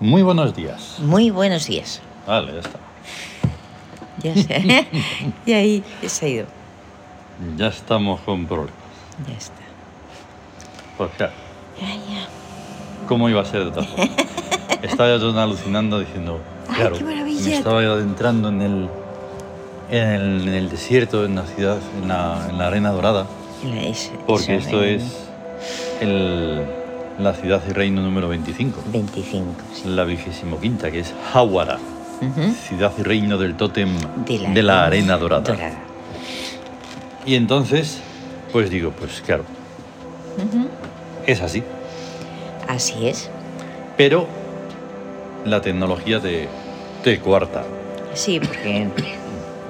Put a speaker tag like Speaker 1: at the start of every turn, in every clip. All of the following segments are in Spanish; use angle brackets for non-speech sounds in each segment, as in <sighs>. Speaker 1: Muy buenos días.
Speaker 2: Muy buenos días.
Speaker 1: Vale, ya está.
Speaker 2: Ya <laughs> sé. y ahí se ha ido.
Speaker 1: Ya estamos con problemas.
Speaker 2: Ya está.
Speaker 1: Pues claro,
Speaker 2: Ya, ya.
Speaker 1: ¿cómo iba a ser de otra
Speaker 2: <laughs>
Speaker 1: forma? Estaba yo alucinando diciendo,
Speaker 2: Ay,
Speaker 1: claro,
Speaker 2: Ah, qué maravilla.
Speaker 1: me estaba yo adentrando en el, en el, en el desierto, en la ciudad, en la, en la arena dorada,
Speaker 2: La- es- esa
Speaker 1: porque esto
Speaker 2: reina.
Speaker 1: es el- la ciudad y reino número 25,
Speaker 2: 25, sí.
Speaker 1: la vigésimo quinta, que es Hawara,
Speaker 2: Ujú.
Speaker 1: ciudad y reino del tótem
Speaker 2: ¿Eh? De la,
Speaker 1: arena Y entonces, pues digo, pues claro,
Speaker 2: Ujú.
Speaker 1: es así.
Speaker 2: Así es.
Speaker 1: Pero la tecnología te, te coarta,
Speaker 2: Sí, porque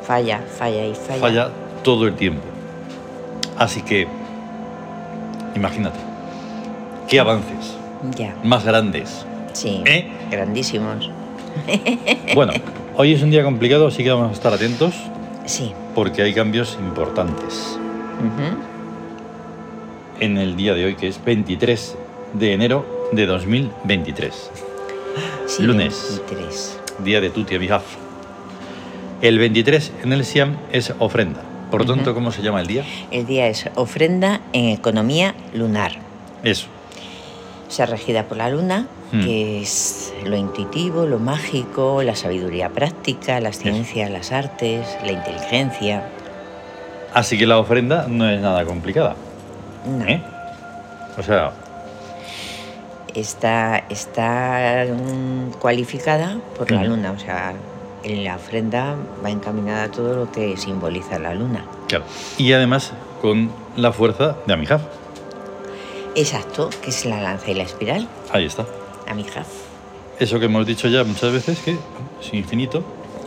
Speaker 2: falla, falla y falla.
Speaker 1: falla todo el tiempo. Así que, imagínate, qué avances
Speaker 2: Ya.
Speaker 1: más grandes.
Speaker 2: Sí.
Speaker 1: ¿Eh?
Speaker 2: <laughs> Grandísimos.
Speaker 1: Bueno, hoy es un día complicado, así que vamos a estar atentos
Speaker 2: Sí.
Speaker 1: porque hay cambios importantes.
Speaker 2: Ujú.
Speaker 1: En el día de hoy, que es 23 de enero de 2023.
Speaker 2: Sí,
Speaker 1: Lunes.
Speaker 2: 23.
Speaker 1: día de Tuti Bihaf. El 23 en el Siam es ofrenda. Por lo tanto,
Speaker 2: Ujú.
Speaker 1: ¿cómo se llama el día?
Speaker 2: El día es ofrenda en economía lunar.
Speaker 1: Eso.
Speaker 2: O sea, regida por la luna,
Speaker 1: Hmm.
Speaker 2: que es lo intuitivo, lo mágico, la sabiduría práctica, las ciencias, las artes, la inteligencia.
Speaker 1: Así que la ofrenda no es nada complicada.
Speaker 2: No.
Speaker 1: ¿eh? O sea,
Speaker 2: Está, está mm, cualificada por la
Speaker 1: Hmm.
Speaker 2: luna. O sea, en la ofrenda va encaminada a todo lo que simboliza la luna.
Speaker 1: claro. Y además con la fuerza de Amijaf.
Speaker 2: Exacto, que es la lanza y la espiral,
Speaker 1: Ahí está.
Speaker 2: amija.
Speaker 1: Eso que hemos dicho ya muchas veces, que es infinito.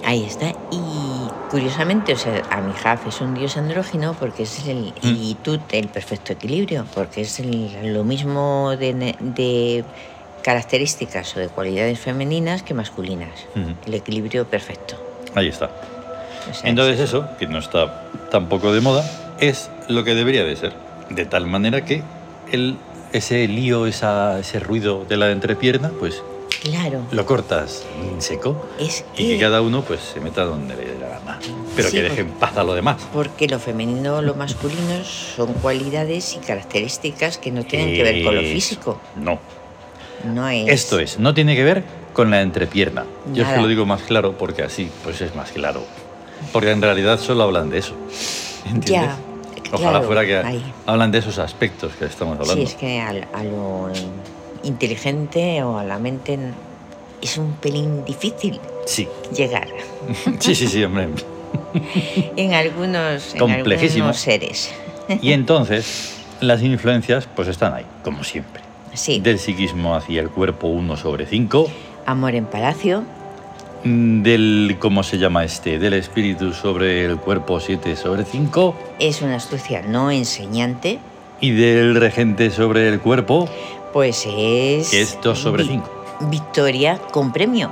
Speaker 2: Ahí está. Y curiosamente, o sea, Amijaf es un dios andrógino porque es el.
Speaker 1: Mm.
Speaker 2: Y Tut, el perfecto equilibrio, porque es el- lo mismo de, ne- de características o de cualidades femeninas que masculinas.
Speaker 1: Ujú.
Speaker 2: El equilibrio perfecto.
Speaker 1: Ahí está.
Speaker 2: O sea,
Speaker 1: Entonces
Speaker 2: es-
Speaker 1: eso, que no está tampoco de moda, es lo que debería de ser. De tal manera que el, ese lío, esa- ese ruido de la entrepierna, pues
Speaker 2: Claro.
Speaker 1: lo cortas en seco
Speaker 2: Es
Speaker 1: y que
Speaker 2: que.
Speaker 1: cada uno pues se meta donde le dé la gana. Pero
Speaker 2: Sí, pues.
Speaker 1: que dejen paz a lo demás.
Speaker 2: Porque lo femenino lo masculino son cualidades y características que no tienen que ver con lo
Speaker 1: Eso.
Speaker 2: físico.
Speaker 1: No.
Speaker 2: No es.
Speaker 1: Esto es, no tiene que ver con la entrepierna. Yo es que
Speaker 2: Nada.
Speaker 1: lo digo más claro porque así pues es más claro. Porque en realidad solo hablan de eso. ¿Entiendes?
Speaker 2: Ya.
Speaker 1: Ojalá
Speaker 2: claro,
Speaker 1: fuera que
Speaker 2: ahí.
Speaker 1: hablan de esos aspectos que estamos hablando.
Speaker 2: Sí, es que al- a, lo inteligente o a la mente n- es un pelín difícil
Speaker 1: Sí, <laughs>
Speaker 2: llegar <laughs>
Speaker 1: sí, sí, sí, hombre.
Speaker 2: en algunos, en
Speaker 1: Complejísimo.
Speaker 2: algunos seres.
Speaker 1: Y entonces, las influencias pues están ahí, como siempre.
Speaker 2: Sí,
Speaker 1: Del psiquismo hacia el cuerpo 1 sobre 5,
Speaker 2: amor en palacio,
Speaker 1: Mm, del, ¿cómo se llama este? Del espíritu sobre el cuerpo 7 sobre 5
Speaker 2: es una astucia no enseñante,
Speaker 1: y del regente sobre el cuerpo,
Speaker 2: pues es...
Speaker 1: que es 2 sobre Ah,
Speaker 2: vi-
Speaker 1: 5.
Speaker 2: Victoria con premio.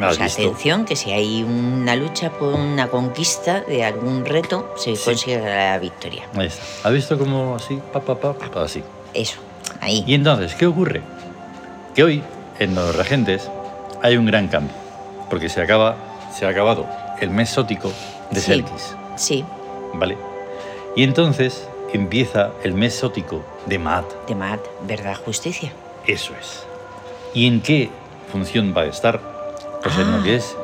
Speaker 1: ¿Me
Speaker 2: O
Speaker 1: has
Speaker 2: sea,
Speaker 1: visto?
Speaker 2: Pues atención, que si hay una lucha por una conquista de algún reto, se
Speaker 1: Sí.
Speaker 2: consigue la victoria.
Speaker 1: Ahí está. ¿Has visto cómo así, pa, pa, pa, pa, así?
Speaker 2: Eso, ahí.
Speaker 1: Y entonces, ¿qué ocurre? Que hoy, en los regentes, hay un gran cambio. Porque se acaba, se ha acabado el mes sótico de
Speaker 2: Sí.
Speaker 1: Selkis,
Speaker 2: Sí,
Speaker 1: ¿vale? Y entonces empieza el mes sótico de Maat.
Speaker 2: de Maat, verdad, justicia.
Speaker 1: Eso es. ¿Y en qué función va a estar? Pues en lo
Speaker 2: Ah.
Speaker 1: que es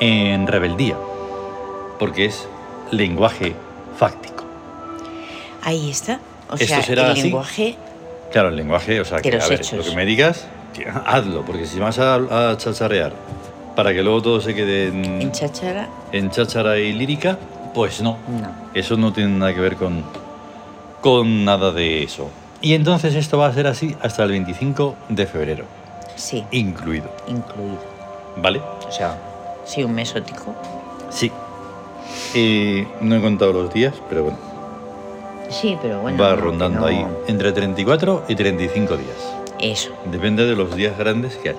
Speaker 1: en rebeldía. Porque es lenguaje fáctico.
Speaker 2: Ahí está. O
Speaker 1: ¿Esto
Speaker 2: sea,
Speaker 1: será
Speaker 2: el
Speaker 1: así?
Speaker 2: lenguaje,
Speaker 1: Claro, el lenguaje, o sea,
Speaker 2: De
Speaker 1: que a
Speaker 2: los
Speaker 1: ver,
Speaker 2: hechos.
Speaker 1: lo que me digas, que hazlo, porque si vas a, a chacharear para que luego todo se quede en,
Speaker 2: en cháchara,
Speaker 1: en cháchara y lírica, pues no.
Speaker 2: no.
Speaker 1: Eso no tiene nada que ver con, con nada de eso. Y entonces esto va a ser así hasta el 25 de febrero,
Speaker 2: Sí,
Speaker 1: incluido,
Speaker 2: incluido.
Speaker 1: ¿vale?
Speaker 2: O sea, sí, un mesótico.
Speaker 1: Sí. Eh, no he contado los días, pero bueno,
Speaker 2: Sí, pero bueno.
Speaker 1: va
Speaker 2: no,
Speaker 1: rondando
Speaker 2: no-
Speaker 1: ahí entre 34 y 35 días.
Speaker 2: Eso.
Speaker 1: Depende de los días grandes que haya.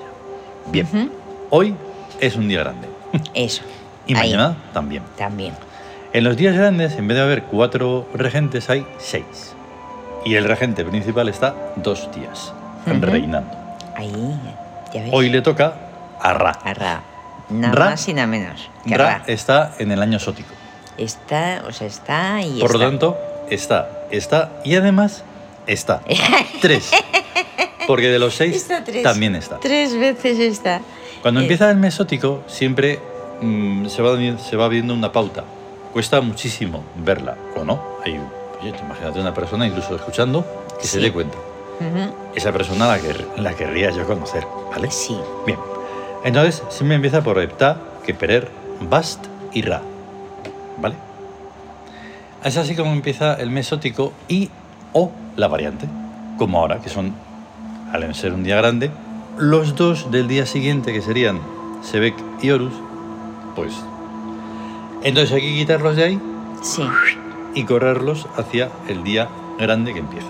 Speaker 1: Bien.
Speaker 2: Ujú,
Speaker 1: Hoy es un día grande.
Speaker 2: Eso.
Speaker 1: Y
Speaker 2: Ahí,
Speaker 1: mañana también.
Speaker 2: También.
Speaker 1: En los días grandes, en vez de haber cuatro regentes, hay seis. Y el regente principal está dos días
Speaker 2: Ujú.
Speaker 1: reinando.
Speaker 2: Ahí, ya ves.
Speaker 1: Hoy le toca a Ra.
Speaker 2: A Ra. Nada
Speaker 1: Ra-
Speaker 2: más y nada menos. Que
Speaker 1: Ra
Speaker 2: Ra.
Speaker 1: está en el año sótico.
Speaker 2: Está, o sea, está y
Speaker 1: Por lo
Speaker 2: está.
Speaker 1: tanto, está, está y además
Speaker 2: <laughs>
Speaker 1: está. Tres. Porque de los seis
Speaker 2: Está tres.
Speaker 1: también está.
Speaker 2: Tres veces está.
Speaker 1: Cuando
Speaker 2: Eh.
Speaker 1: empieza el mesótico, siempre mm, se, va, vi- se va viendo una pauta. Cuesta muchísimo verla, ¿o no? Hay, oye, te imagínate una persona, incluso escuchando, que se
Speaker 2: Sí.
Speaker 1: dé cuenta.
Speaker 2: Ujú.
Speaker 1: Esa persona la, quer- la querría yo conocer, ¿vale?
Speaker 2: Sí.
Speaker 1: Bien. Entonces, siempre empieza por Heptá, Keperer, Bast y Ra. ¿Vale? Es así como empieza el mesótico y o la variante, como ahora, que son, al ser un día grande, los dos del día siguiente, que serían Sebek y Horus, pues... Entonces hay que quitarlos de ahí
Speaker 2: Sí.
Speaker 1: y correrlos hacia el día grande que empieza.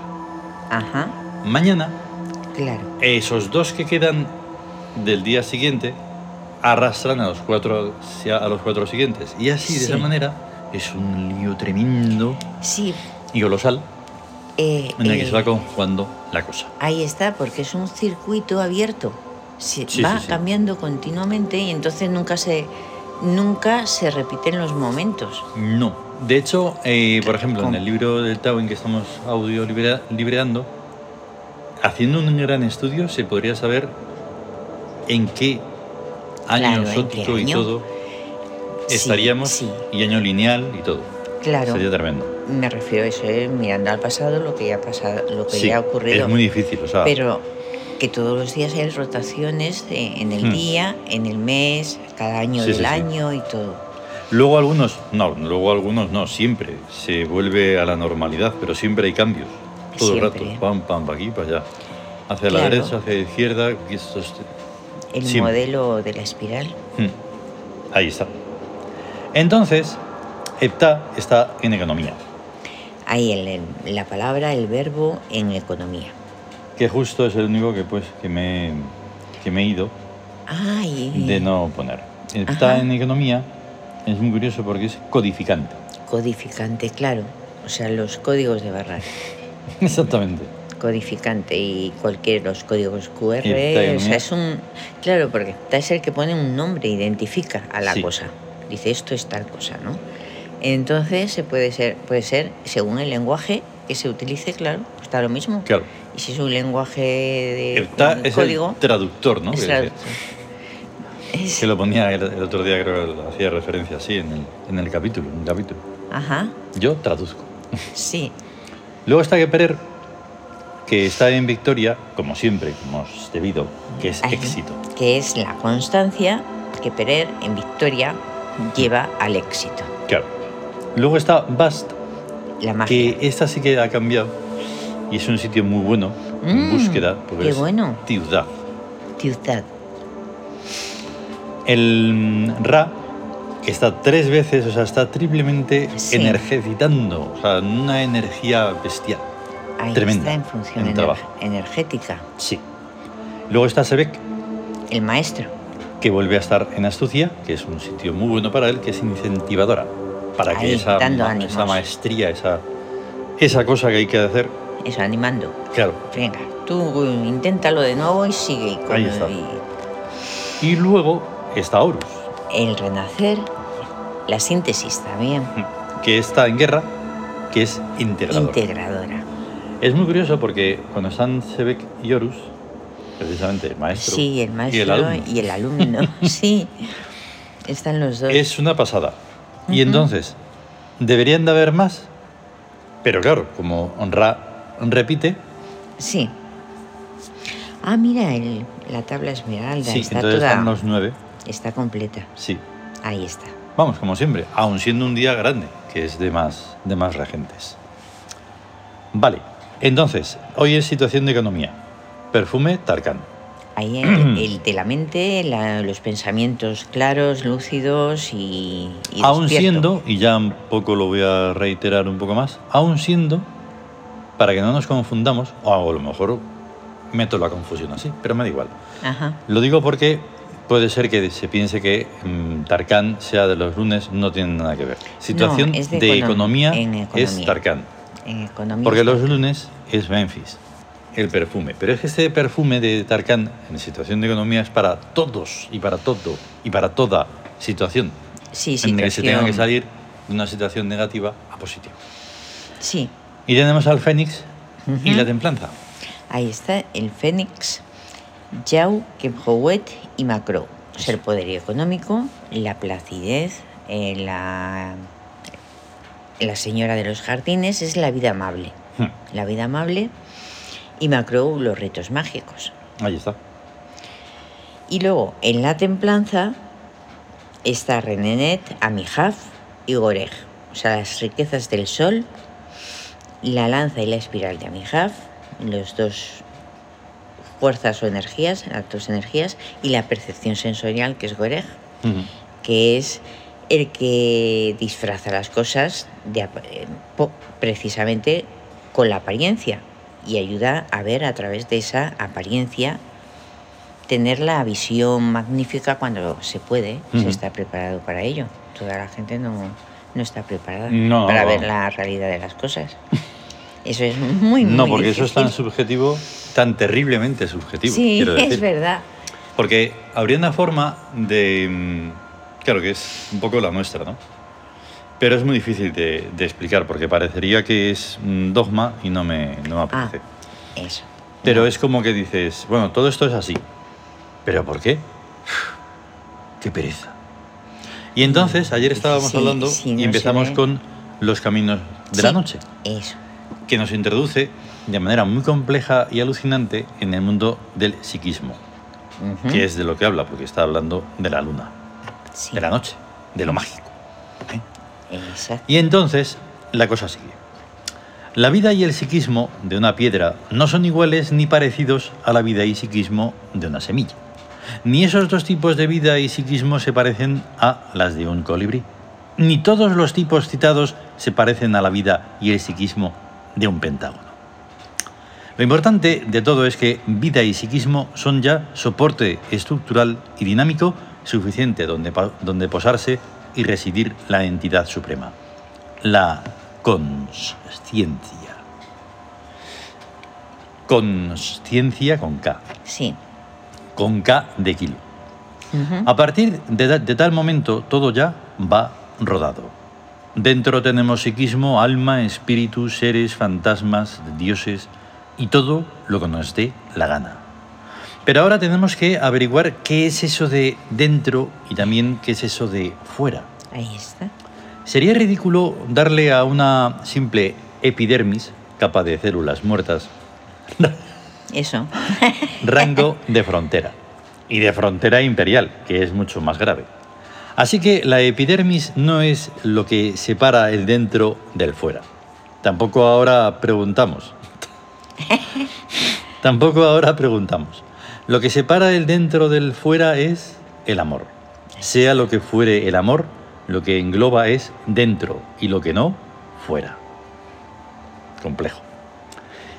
Speaker 2: Ajá.
Speaker 1: Mañana
Speaker 2: Claro.
Speaker 1: esos dos que quedan del día siguiente arrastran a los cuatro, a los cuatro siguientes. Y así, de
Speaker 2: Sí.
Speaker 1: esa manera, es un lío tremendo
Speaker 2: Sí.
Speaker 1: y colosal
Speaker 2: eh,
Speaker 1: en el que
Speaker 2: eh,
Speaker 1: se va conjugando la cosa.
Speaker 2: Ahí está, porque es un circuito abierto. Se
Speaker 1: Sí,
Speaker 2: va
Speaker 1: sí, sí.
Speaker 2: cambiando continuamente y entonces nunca se nunca se repiten los momentos.
Speaker 1: No. De hecho, eh, por ejemplo, en
Speaker 2: ¿Cómo?
Speaker 1: el libro del Tao en que estamos audio librea- libreando, haciendo un gran estudio se podría saber en qué año
Speaker 2: Claro, ¿en qué
Speaker 1: exótico y
Speaker 2: año?
Speaker 1: todo
Speaker 2: Sí,
Speaker 1: estaríamos,
Speaker 2: sí.
Speaker 1: y año lineal y todo.
Speaker 2: Claro.
Speaker 1: Sería tremendo.
Speaker 2: Me refiero a eso, eh, mirando al pasado lo que ya ha pasado, lo que ya ha ocurrido.
Speaker 1: Es muy difícil, o sea,
Speaker 2: Pero que todos los días hay rotaciones de- en el
Speaker 1: Hmm.
Speaker 2: día, en el mes, cada año
Speaker 1: Sí,
Speaker 2: del
Speaker 1: sí, sí.
Speaker 2: año y todo.
Speaker 1: luego algunos, no, luego algunos no, siempre se vuelve a la normalidad, pero siempre hay cambios, todo el
Speaker 2: Siempre.
Speaker 1: rato, pam, pam, pa' aquí, para allá, hacia la
Speaker 2: Claro.
Speaker 1: derecha, hacia la izquierda, y esto es-
Speaker 2: El
Speaker 1: Siempre.
Speaker 2: modelo de la espiral.
Speaker 1: Hmm. ahí está. Entonces, hepta está en economía,
Speaker 2: Ahí el- el- la palabra, el verbo en economía.
Speaker 1: que justo es el único que pues que me, que me he ido
Speaker 2: Ay,
Speaker 1: de no poner. Hepta
Speaker 2: Ajá.
Speaker 1: en economía es muy curioso porque es codificante. <laughs>
Speaker 2: codificante, claro. O sea, los códigos de barras.
Speaker 1: Exactamente.
Speaker 2: Codificante y cualquier los códigos QR.
Speaker 1: Y está ¿eh? en
Speaker 2: o
Speaker 1: mí.
Speaker 2: sea, es un. Claro, porque está es el que pone un nombre, e identifica a la
Speaker 1: Sí.
Speaker 2: cosa. Dice esto es tal cosa, ¿no? Entonces se puede ser, puede ser, según el lenguaje que se utilice, claro, pues está lo mismo.
Speaker 1: Claro.
Speaker 2: Y si es un lenguaje de
Speaker 1: Hepta
Speaker 2: un
Speaker 1: es
Speaker 2: código,
Speaker 1: el traductor, ¿no?
Speaker 2: es
Speaker 1: Que-
Speaker 2: traductor. <laughs> Es-
Speaker 1: Que lo ponía el, el otro día, creo que lo hacía referencia así en el, en el capítulo, en el capítulo.
Speaker 2: Ajá,
Speaker 1: Yo traduzco.
Speaker 2: sí,
Speaker 1: Luego está Keperer, que está en Victoria, como siempre, como es debido, que es
Speaker 2: Ahí.
Speaker 1: éxito.
Speaker 2: que es la constancia que Perer en Victoria lleva al éxito.
Speaker 1: Claro. Luego está Bast,
Speaker 2: La magia.
Speaker 1: que esta sí que ha cambiado y es un sitio muy bueno en
Speaker 2: Mm,
Speaker 1: búsqueda, porque
Speaker 2: qué
Speaker 1: es
Speaker 2: bueno.
Speaker 1: ciudad.
Speaker 2: Ciudad.
Speaker 1: El mm, Ra, que está tres veces, o sea, está triplemente
Speaker 2: Sí.
Speaker 1: energetizando, o sea, una energía bestial.
Speaker 2: Ahí
Speaker 1: Tremenda,
Speaker 2: está en función
Speaker 1: en
Speaker 2: ener-
Speaker 1: trabajo.
Speaker 2: energética.
Speaker 1: Sí. Luego está Sebek,
Speaker 2: El maestro.
Speaker 1: que vuelve a estar en Astucia, que es un sitio muy bueno para él, que es incentivadora, para
Speaker 2: Ahí,
Speaker 1: que esa,
Speaker 2: dando
Speaker 1: ma-
Speaker 2: ánimos.
Speaker 1: esa maestría, esa, esa cosa que hay que hacer,
Speaker 2: Eso, animando.
Speaker 1: claro.
Speaker 2: Venga, tú inténtalo de nuevo y sigue. y con-
Speaker 1: Ahí está.
Speaker 2: y
Speaker 1: Y luego está Horus,
Speaker 2: el renacer, la síntesis también.
Speaker 1: que está en guerra, que es integrador.
Speaker 2: Integradora.
Speaker 1: es muy curioso porque cuando están Sebek y Horus, precisamente el maestro,
Speaker 2: Sí, el maestro
Speaker 1: y el alumno,
Speaker 2: y
Speaker 1: <laughs>
Speaker 2: el alumno. <laughs> sí, están los dos.
Speaker 1: es una pasada. Y
Speaker 2: Ujú.
Speaker 1: entonces, deberían de haber más, pero claro, como Ra repite,
Speaker 2: Sí. Ah, mira, el- la tabla esmeralda
Speaker 1: sí,
Speaker 2: está
Speaker 1: entonces
Speaker 2: toda.
Speaker 1: están los nueve,
Speaker 2: Está completa.
Speaker 1: sí.
Speaker 2: Ahí está.
Speaker 1: Vamos, como siempre, aun siendo un día grande, que es de más, de más regentes. Vale, entonces, hoy es situación de economía. Perfume Tarkan.
Speaker 2: Ahí
Speaker 1: <clears throat>
Speaker 2: el, el de la mente, la- los pensamientos claros, lúcidos y, y
Speaker 1: Aun
Speaker 2: despierto.
Speaker 1: siendo, y ya un poco lo voy a reiterar un poco más, aun siendo, para que no nos confundamos, o a lo mejor meto la confusión así, pero me da igual.
Speaker 2: Ajá.
Speaker 1: Lo digo porque puede ser que se piense que mm, Tarkan sea de los lunes, no tiene nada que ver. Situación
Speaker 2: es de
Speaker 1: de
Speaker 2: econom-
Speaker 1: economía,
Speaker 2: en
Speaker 1: es
Speaker 2: economía.
Speaker 1: Tarkan.
Speaker 2: En economía.
Speaker 1: Porque los lunes es Memphis. el perfume. Pero es que este perfume de Tarkan en situación de economía es para todos y para todo y para toda situación
Speaker 2: Sí,
Speaker 1: en la que se tenga
Speaker 2: situación-
Speaker 1: que salir de una situación negativa a positiva.
Speaker 2: Sí,
Speaker 1: Y tenemos al Fénix y la Templanza.
Speaker 2: ahí está el Fénix, Yao, Kemhowet y Macro. Es el poder económico, la placidez, eh, la, la señora de los jardines, es la vida amable.
Speaker 1: Hmm,
Speaker 2: La vida amable y Macro, los retos mágicos.
Speaker 1: Ahí está.
Speaker 2: Y luego, en la templanza, está Renenet, Amijaf y Gorej. O sea, las riquezas del sol, la lanza y la espiral de Amijaf, los dos fuerzas o energías, las dos energías, y la percepción sensorial, que es Gorej,
Speaker 1: Ujú.
Speaker 2: que es el que disfraza las cosas de ap- eh, po- precisamente con la apariencia y ayuda a ver a través de esa apariencia tener la visión magnífica cuando se puede,
Speaker 1: Ujú.
Speaker 2: se está preparado para ello. Toda la gente no, no está preparada
Speaker 1: No.
Speaker 2: para ver la realidad de
Speaker 1: <laughs>
Speaker 2: las cosas. Eso es muy, muy
Speaker 1: No, porque eso es tan
Speaker 2: difícil.
Speaker 1: subjetivo, tan terriblemente subjetivo.
Speaker 2: Sí,
Speaker 1: quiero decir.
Speaker 2: es verdad.
Speaker 1: Porque habría una forma de... mm, Claro que es un poco la nuestra, ¿no? Pero es muy difícil de, de explicar porque parecería que es un dogma y no me, no me
Speaker 2: Ah,
Speaker 1: apetece.
Speaker 2: eso.
Speaker 1: Pero es como que dices, bueno, todo esto es así. ¿Pero por qué? <sighs> ¡Qué pereza! Y entonces, ayer estábamos
Speaker 2: Sí,
Speaker 1: hablando
Speaker 2: sí, no
Speaker 1: y
Speaker 2: se
Speaker 1: empezamos
Speaker 2: ve.
Speaker 1: con los caminos de la
Speaker 2: Sí,
Speaker 1: noche,
Speaker 2: Eso.
Speaker 1: que nos introduce de manera muy compleja y alucinante en el mundo del psiquismo,
Speaker 2: Ujú.
Speaker 1: que es de lo que habla, porque está hablando de la luna,
Speaker 2: Sí,
Speaker 1: de la noche, de lo mágico. ¿eh?
Speaker 2: exacto.
Speaker 1: Y entonces la cosa sigue. La vida y el psiquismo de una piedra no son iguales ni parecidos a la vida y psiquismo de una semilla. Ni esos dos tipos de vida y psiquismo se parecen a las de un colibrí. Ni todos los tipos citados se parecen a la vida y el psiquismo de un pentágono. Lo importante de todo es que vida y psiquismo son ya soporte estructural y dinámico suficiente donde, pa- donde posarse y residir la entidad suprema, la consciencia. Consciencia con K,
Speaker 2: Sí.
Speaker 1: con K de kilo.
Speaker 2: Ujú.
Speaker 1: A partir de, ta- de tal momento todo ya va rodado. Dentro tenemos psiquismo, alma, espíritu, seres, fantasmas, dioses y todo lo que nos dé la gana. Pero ahora tenemos que averiguar qué es eso de dentro y también qué es eso de fuera.
Speaker 2: Ahí está.
Speaker 1: Sería ridículo darle a una simple epidermis, capa de células muertas,
Speaker 2: Eso.
Speaker 1: <laughs> rango de frontera. Y de frontera imperial, que es mucho más grave. Así que la epidermis no es lo que separa el dentro del fuera. Tampoco ahora preguntamos. Tampoco ahora preguntamos. Lo que separa el dentro del fuera es el amor. Sea lo que fuere el amor, lo que engloba es dentro y lo que no, fuera. Complejo.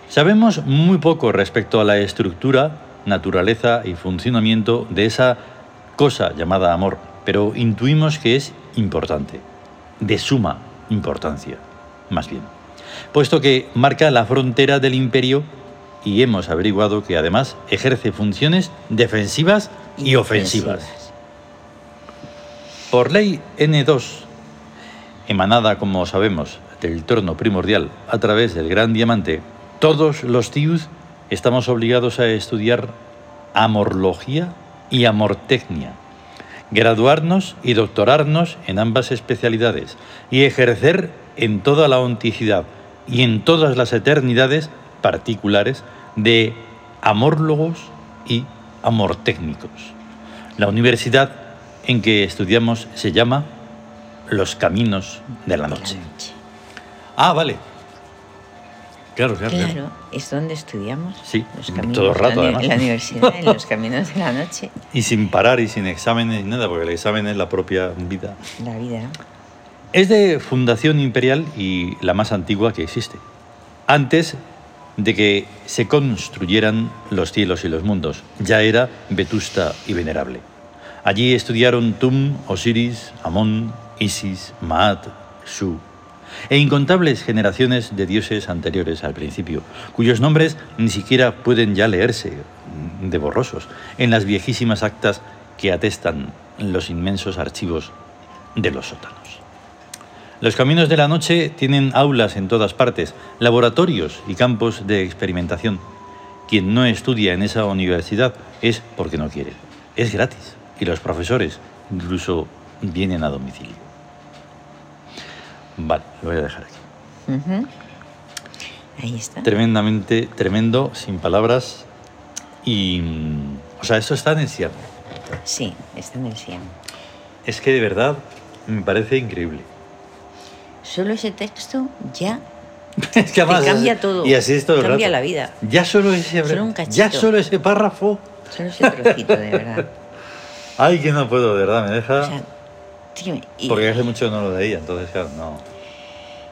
Speaker 1: Sabemos muy poco respecto a la estructura, naturaleza y funcionamiento de esa cosa llamada amor, pero intuimos que es importante, de suma importancia, más bien, puesto que marca la frontera del imperio y hemos averiguado que además ejerce funciones defensivas y ofensivas. Por ley N2, emanada, como sabemos, del torno primordial a través del gran diamante, todos los tíos estamos obligados a estudiar amorlogía y amortecnia, graduarnos y doctorarnos en ambas especialidades y ejercer en toda la onticidad y en todas las eternidades particulares de amorlogos y amortécnicos. La universidad en que estudiamos se llama Los Caminos de la
Speaker 2: La
Speaker 1: Noche.
Speaker 2: noche.
Speaker 1: Ah, vale. Claro, claro. claro.
Speaker 2: Claro, es donde estudiamos.
Speaker 1: Sí,
Speaker 2: los
Speaker 1: todo
Speaker 2: caminos
Speaker 1: el
Speaker 2: de la
Speaker 1: rato,
Speaker 2: uni-
Speaker 1: además.
Speaker 2: La universidad, en los caminos de la noche,
Speaker 1: Y sin parar y sin exámenes ni nada, porque el examen es la propia vida.
Speaker 2: la vida.
Speaker 1: Es de fundación imperial y la más antigua que existe. Antes de que se construyeran los cielos y los mundos, ya era vetusta y venerable. Allí estudiaron Tum, Osiris, Amón, Isis, Maat, Su. e incontables generaciones de dioses anteriores al principio, cuyos nombres ni siquiera pueden ya leerse, de borrosos, en las viejísimas actas que atestan los inmensos archivos de los sótanos. Los caminos de la noche tienen aulas en todas partes, laboratorios y campos de experimentación. Quien no estudia en esa universidad es porque no quiere. Es gratis y los profesores incluso vienen a domicilio. Vale, lo voy a dejar aquí.
Speaker 2: Ujú. Ahí está.
Speaker 1: Tremendamente, tremendo, sin palabras. Y. mm, O sea, esto está en el cierre.
Speaker 2: Sí, está en el Siam.
Speaker 1: Es que de verdad me parece increíble.
Speaker 2: Solo ese texto ya
Speaker 1: <laughs> Es que además-
Speaker 2: cambia todo.
Speaker 1: Y así es todo el
Speaker 2: Cambia
Speaker 1: rato.
Speaker 2: la vida.
Speaker 1: Ya solo ese,
Speaker 2: Solo un
Speaker 1: ya
Speaker 2: cachito.
Speaker 1: solo ese párrafo.
Speaker 2: Solo ese trocito, de verdad.
Speaker 1: <laughs> Ay, que no puedo, de verdad, me deja.
Speaker 2: O sea, tío, y
Speaker 1: porque hace mucho no lo leía, entonces, claro, no.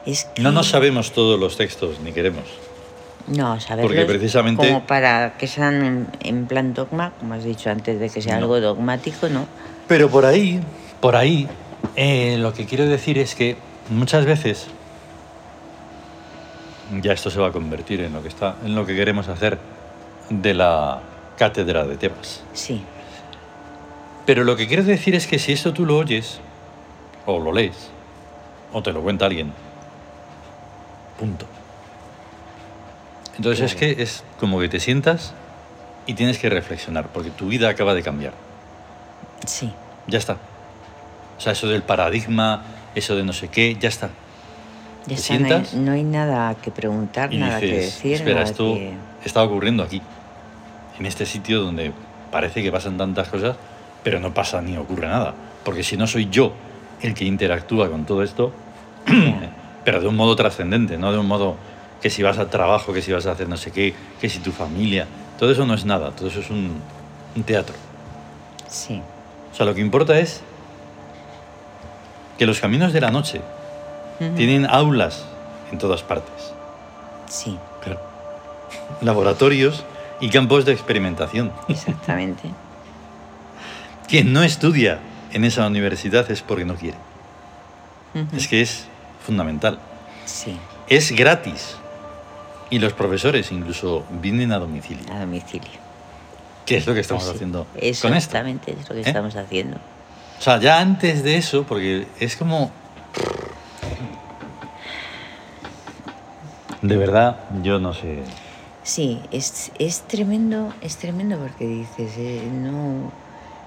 Speaker 2: es que-
Speaker 1: No nos sabemos todos los textos, ni queremos.
Speaker 2: No, saberlo
Speaker 1: porque
Speaker 2: es
Speaker 1: precisamente-
Speaker 2: Como para que sean en, en plan dogma, como has dicho antes, de que sea
Speaker 1: No.
Speaker 2: algo dogmático, ¿no?
Speaker 1: Pero por ahí, por ahí, eh, lo que quiero decir es que muchas veces, ya esto se va a convertir en lo que está, en lo que queremos hacer de la cátedra de Tebas.
Speaker 2: Sí,
Speaker 1: Pero lo que quiero decir es que si esto tú lo oyes, o lo lees, o te lo cuenta alguien, punto. Entonces es que es como que te sientas y tienes que reflexionar, porque tu vida acaba de cambiar.
Speaker 2: sí.
Speaker 1: Ya está. O sea, eso del paradigma, eso de no sé qué, ya está. ¿Te
Speaker 2: Ya está, no, hay,
Speaker 1: sientas?
Speaker 2: no hay nada que preguntar,
Speaker 1: Y
Speaker 2: nada que
Speaker 1: dices,
Speaker 2: decir.
Speaker 1: espera,
Speaker 2: nada
Speaker 1: esto
Speaker 2: que-
Speaker 1: está ocurriendo aquí, en este sitio donde parece que pasan tantas cosas, pero no pasa ni ocurre nada. Porque si no soy yo el que interactúa con todo
Speaker 2: <coughs>
Speaker 1: esto, pero de un modo trascendente, no de un modo que si vas al trabajo, que si vas a hacer no sé qué, que si tu familia, todo eso no es nada, todo eso es un, un teatro.
Speaker 2: Sí,
Speaker 1: O sea, lo que importa es que los caminos de la noche
Speaker 2: Ujú.
Speaker 1: tienen aulas en todas partes.
Speaker 2: sí,
Speaker 1: Claro. Laboratorios y campos de experimentación. <laughs>
Speaker 2: exactamente.
Speaker 1: Quien no estudia en esa universidad es porque no quiere.
Speaker 2: Ujú.
Speaker 1: Es que es fundamental.
Speaker 2: Sí,
Speaker 1: Es gratis. Y los profesores incluso vienen a domicilio.
Speaker 2: a domicilio.
Speaker 1: ¿Qué es lo que estamos
Speaker 2: Pues sí,
Speaker 1: haciendo con esto?
Speaker 2: Exactamente, es lo que
Speaker 1: ¿Eh?
Speaker 2: estamos haciendo.
Speaker 1: O sea, ya antes de eso, porque es
Speaker 2: <laughs>
Speaker 1: como... De verdad, yo no sé.
Speaker 2: Sí, es, es tremendo, es tremendo porque dices, eh, no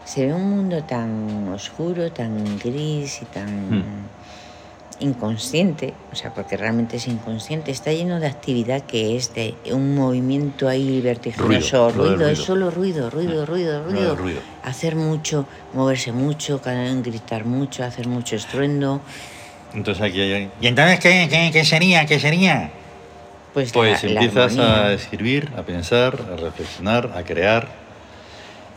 Speaker 2: se ve un mundo tan oscuro, tan gris y tan
Speaker 1: Hmm.
Speaker 2: inconsciente, o sea, porque realmente es inconsciente, está lleno de actividad que es de un movimiento ahí vertiginoso,
Speaker 1: Ruido, lo del
Speaker 2: ruido, es
Speaker 1: ruido.
Speaker 2: solo ruido, ruido,
Speaker 1: Hmm.
Speaker 2: ruido,
Speaker 1: Lo del
Speaker 2: ruido,
Speaker 1: ruido.
Speaker 2: hacer mucho, moverse mucho, ca- gritar mucho, hacer mucho estruendo,
Speaker 1: Entonces aquí hay... ¿Y entonces qué, qué, qué sería? ¿Qué sería?
Speaker 2: pues, la-
Speaker 1: Pues
Speaker 2: la
Speaker 1: empiezas
Speaker 2: armonía.
Speaker 1: a escribir, a pensar, a reflexionar, a crear.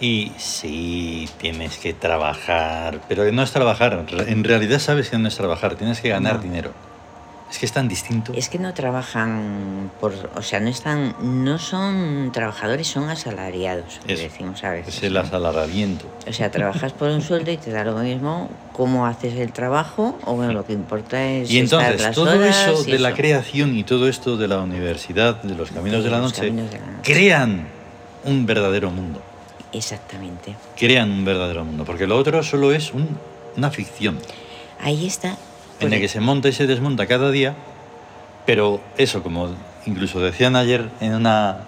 Speaker 1: Y sí, tienes que trabajar, pero no es trabajar. En realidad sabes que no es trabajar, tienes que ganar
Speaker 2: No.
Speaker 1: dinero. Es que es tan distinto.
Speaker 2: Es que no trabajan por, o sea, no están, no son trabajadores, son asalariados, que
Speaker 1: Eso.
Speaker 2: decimos a veces.
Speaker 1: Es el
Speaker 2: ¿no?
Speaker 1: asalaramiento.
Speaker 2: O sea, trabajas por un sueldo y te da lo mismo cómo haces el trabajo, o bueno, lo que importa es
Speaker 1: Y
Speaker 2: estar
Speaker 1: entonces,
Speaker 2: las
Speaker 1: todo
Speaker 2: horas
Speaker 1: eso
Speaker 2: y
Speaker 1: de la
Speaker 2: eso.
Speaker 1: creación y todo esto de la universidad, de los caminos de la
Speaker 2: Los
Speaker 1: noche,
Speaker 2: caminos de la noche.
Speaker 1: crean un verdadero mundo.
Speaker 2: Exactamente.
Speaker 1: Crean un verdadero mundo, porque lo otro solo es un- una ficción.
Speaker 2: Ahí está.
Speaker 1: en el que se monta y se desmonta cada día, pero eso, como incluso decían ayer en una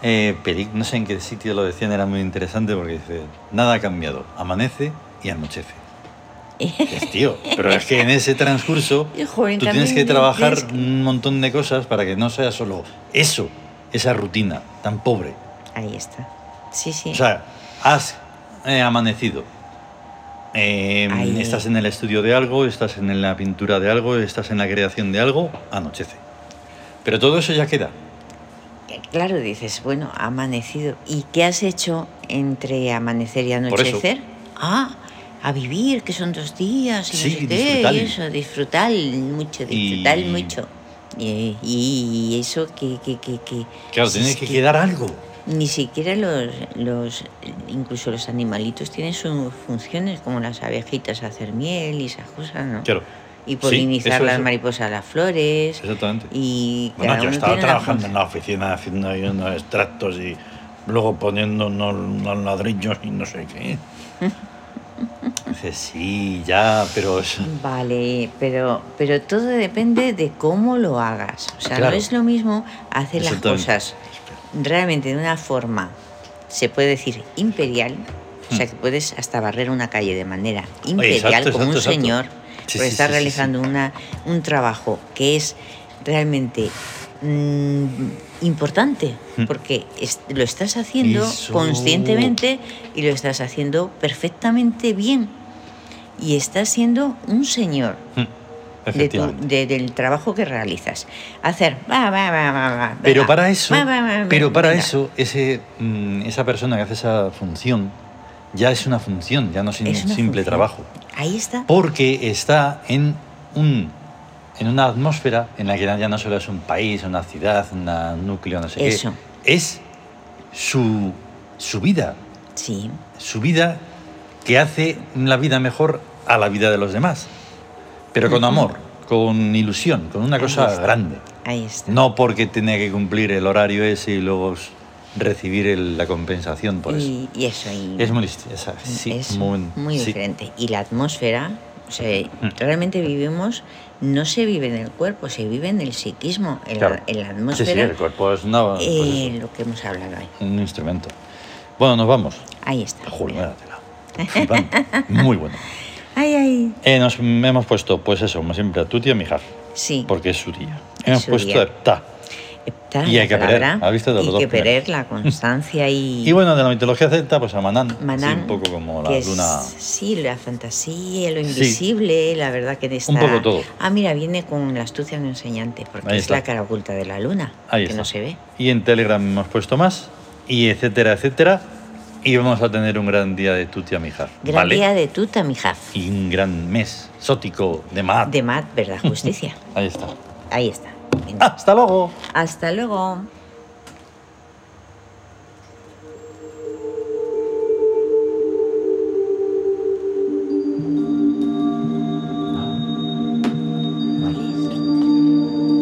Speaker 1: eh, peli- no sé en qué sitio lo decían, era muy interesante porque dice, nada ha cambiado, amanece y anochece. Dices, tío, pero es que en ese
Speaker 2: <laughs>
Speaker 1: transcurso
Speaker 2: Y, joder,
Speaker 1: tú tienes
Speaker 2: también
Speaker 1: que
Speaker 2: tienes
Speaker 1: trabajar
Speaker 2: que-
Speaker 1: un montón de cosas para que no sea solo eso, esa rutina tan pobre.
Speaker 2: Ahí está. Sí, sí.
Speaker 1: O sea, has eh, amanecido. Eh,
Speaker 2: Ahí.
Speaker 1: estás en el estudio de algo, estás en la pintura de algo, estás en la creación de algo, anochece. Pero todo eso ya queda.
Speaker 2: Eh, Claro, dices, bueno, ha amanecido. ¿Y qué has hecho entre amanecer y
Speaker 1: Por eso.
Speaker 2: anochecer? Ah, a vivir, que son dos días,
Speaker 1: Sí,
Speaker 2: y no sé
Speaker 1: disfrutar.
Speaker 2: qué, y eso, disfrutar mucho, disfrutar
Speaker 1: Y-
Speaker 2: mucho. Y, y eso que, que, que, que-
Speaker 1: Claro,
Speaker 2: si
Speaker 1: tiene
Speaker 2: es
Speaker 1: que quedar algo.
Speaker 2: Ni siquiera los, los, incluso los animalitos tienen sus funciones, como las abejitas hacer miel y esas cosas, ¿no?
Speaker 1: Claro.
Speaker 2: y polinizar
Speaker 1: eso,
Speaker 2: las
Speaker 1: eso.
Speaker 2: mariposas, las flores.
Speaker 1: Exactamente.
Speaker 2: Y
Speaker 1: Bueno,
Speaker 2: cada
Speaker 1: yo
Speaker 2: uno
Speaker 1: estaba
Speaker 2: tiene una
Speaker 1: trabajando
Speaker 2: función.
Speaker 1: en la oficina haciendo ahí unos extractos y luego poniendo unos, unos ladrillos y no sé
Speaker 2: <laughs>
Speaker 1: qué. Dice, sí, ya, pero <laughs> es-
Speaker 2: Vale, pero, pero todo depende de cómo lo hagas. O sea,
Speaker 1: Claro.
Speaker 2: no es lo mismo hacer las
Speaker 1: Exactamente.
Speaker 2: cosas realmente de una forma, se puede decir, imperial. O sea, que puedes hasta barrer una calle de manera imperial
Speaker 1: Hmm. exacto,
Speaker 2: como un
Speaker 1: exacto, exacto.
Speaker 2: señor,
Speaker 1: Sí,
Speaker 2: porque
Speaker 1: sí,
Speaker 2: estás
Speaker 1: sí, sí,
Speaker 2: realizando Una, un trabajo que es realmente mm, importante,
Speaker 1: Mm.
Speaker 2: porque es- lo estás haciendo
Speaker 1: Eso.
Speaker 2: conscientemente y lo estás haciendo perfectamente bien. Y estás siendo un señor de tu-
Speaker 1: efectivamente.
Speaker 2: de- del trabajo que realizas. Hacer. va, va, va, va, va, venga,
Speaker 1: Pero para eso,
Speaker 2: va, va, va,
Speaker 1: pero
Speaker 2: va,
Speaker 1: para
Speaker 2: venga.
Speaker 1: eso, ese, mm, esa persona que hace esa función ya es una función, ya no es un
Speaker 2: Es una
Speaker 1: simple
Speaker 2: función.
Speaker 1: trabajo.
Speaker 2: Ahí está.
Speaker 1: porque está en un en una atmósfera en la que ya no solo es un país, una ciudad, un núcleo, no sé
Speaker 2: Eso.
Speaker 1: qué. Es su, su vida,
Speaker 2: Sí,
Speaker 1: su vida que hace la vida mejor a la vida de los demás. Pero con amor, con ilusión, con una
Speaker 2: Ahí
Speaker 1: cosa
Speaker 2: está.
Speaker 1: grande.
Speaker 2: ahí está.
Speaker 1: No porque tenía que cumplir el horario ese y luego s- recibir el- la compensación por eso.
Speaker 2: y, y eso. y-
Speaker 1: Es muy listo. esa- sí,
Speaker 2: es
Speaker 1: muy,
Speaker 2: muy,
Speaker 1: sí.
Speaker 2: diferente. Y la atmósfera, o sea, realmente vivimos, no se vive en el cuerpo, se vive en el psiquismo, en,
Speaker 1: Claro.
Speaker 2: la, en la
Speaker 1: Sí, sí, el
Speaker 2: atmósfera,
Speaker 1: cuerpo es una... pues eso.
Speaker 2: eh, lo que hemos hablado ahí.
Speaker 1: un instrumento. Bueno, nos vamos.
Speaker 2: Ahí está.
Speaker 1: Joder, vaya tela. Flipante. Muy bueno.
Speaker 2: Ay, ay.
Speaker 1: Eh, nos hemos puesto, pues eso, como siempre, a tu tía Mijar,
Speaker 2: Sí. Eh,
Speaker 1: porque es su día.
Speaker 2: Es
Speaker 1: Hemos
Speaker 2: su
Speaker 1: puesto
Speaker 2: día.
Speaker 1: a Ta.
Speaker 2: Está
Speaker 1: y
Speaker 2: la
Speaker 1: hay que
Speaker 2: palabra,
Speaker 1: perder, ha visto de los
Speaker 2: y
Speaker 1: dos
Speaker 2: que
Speaker 1: primeros.
Speaker 2: perder la constancia
Speaker 1: <laughs>
Speaker 2: y,
Speaker 1: Y bueno, de la mitología celta, pues a Manán. así
Speaker 2: Manan,
Speaker 1: un poco como la
Speaker 2: que es-
Speaker 1: luna.
Speaker 2: sí, la fantasía, lo
Speaker 1: Sí.
Speaker 2: invisible, la verdad que está...
Speaker 1: poco todo.
Speaker 2: Ah, mira, viene con la astucia de un enseñante, porque
Speaker 1: Ahí
Speaker 2: es
Speaker 1: está.
Speaker 2: la cara oculta de la luna,
Speaker 1: Ahí
Speaker 2: que
Speaker 1: está.
Speaker 2: no se ve.
Speaker 1: Y en Telegram hemos puesto más, y etcétera, etcétera. Y vamos a tener un gran día de tu tía Mijar.
Speaker 2: Gran
Speaker 1: ¿vale?
Speaker 2: día de Tuta Mijaf,
Speaker 1: Y un gran mes sótico de Maat.
Speaker 2: de Mat,
Speaker 1: <laughs>
Speaker 2: Verdad, Justicia.
Speaker 1: Ahí está.
Speaker 2: Ahí está. Venga.
Speaker 1: ¡Hasta luego!
Speaker 2: Hasta luego.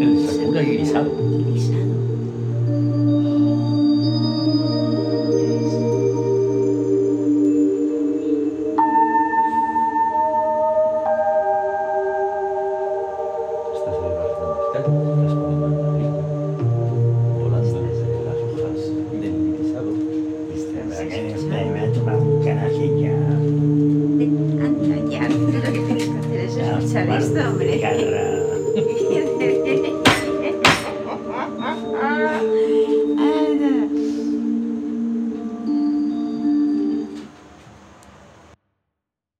Speaker 1: El
Speaker 2: Sakura Irisado.
Speaker 1: Estas elevaciones cálidas responden al marisco, volando desde las hojas del irisado.
Speaker 3: Este, Me, me ha tomado un canaje ya.
Speaker 2: Anda ya, lo que tienes que hacer es escuchar esto, hombre. Ah,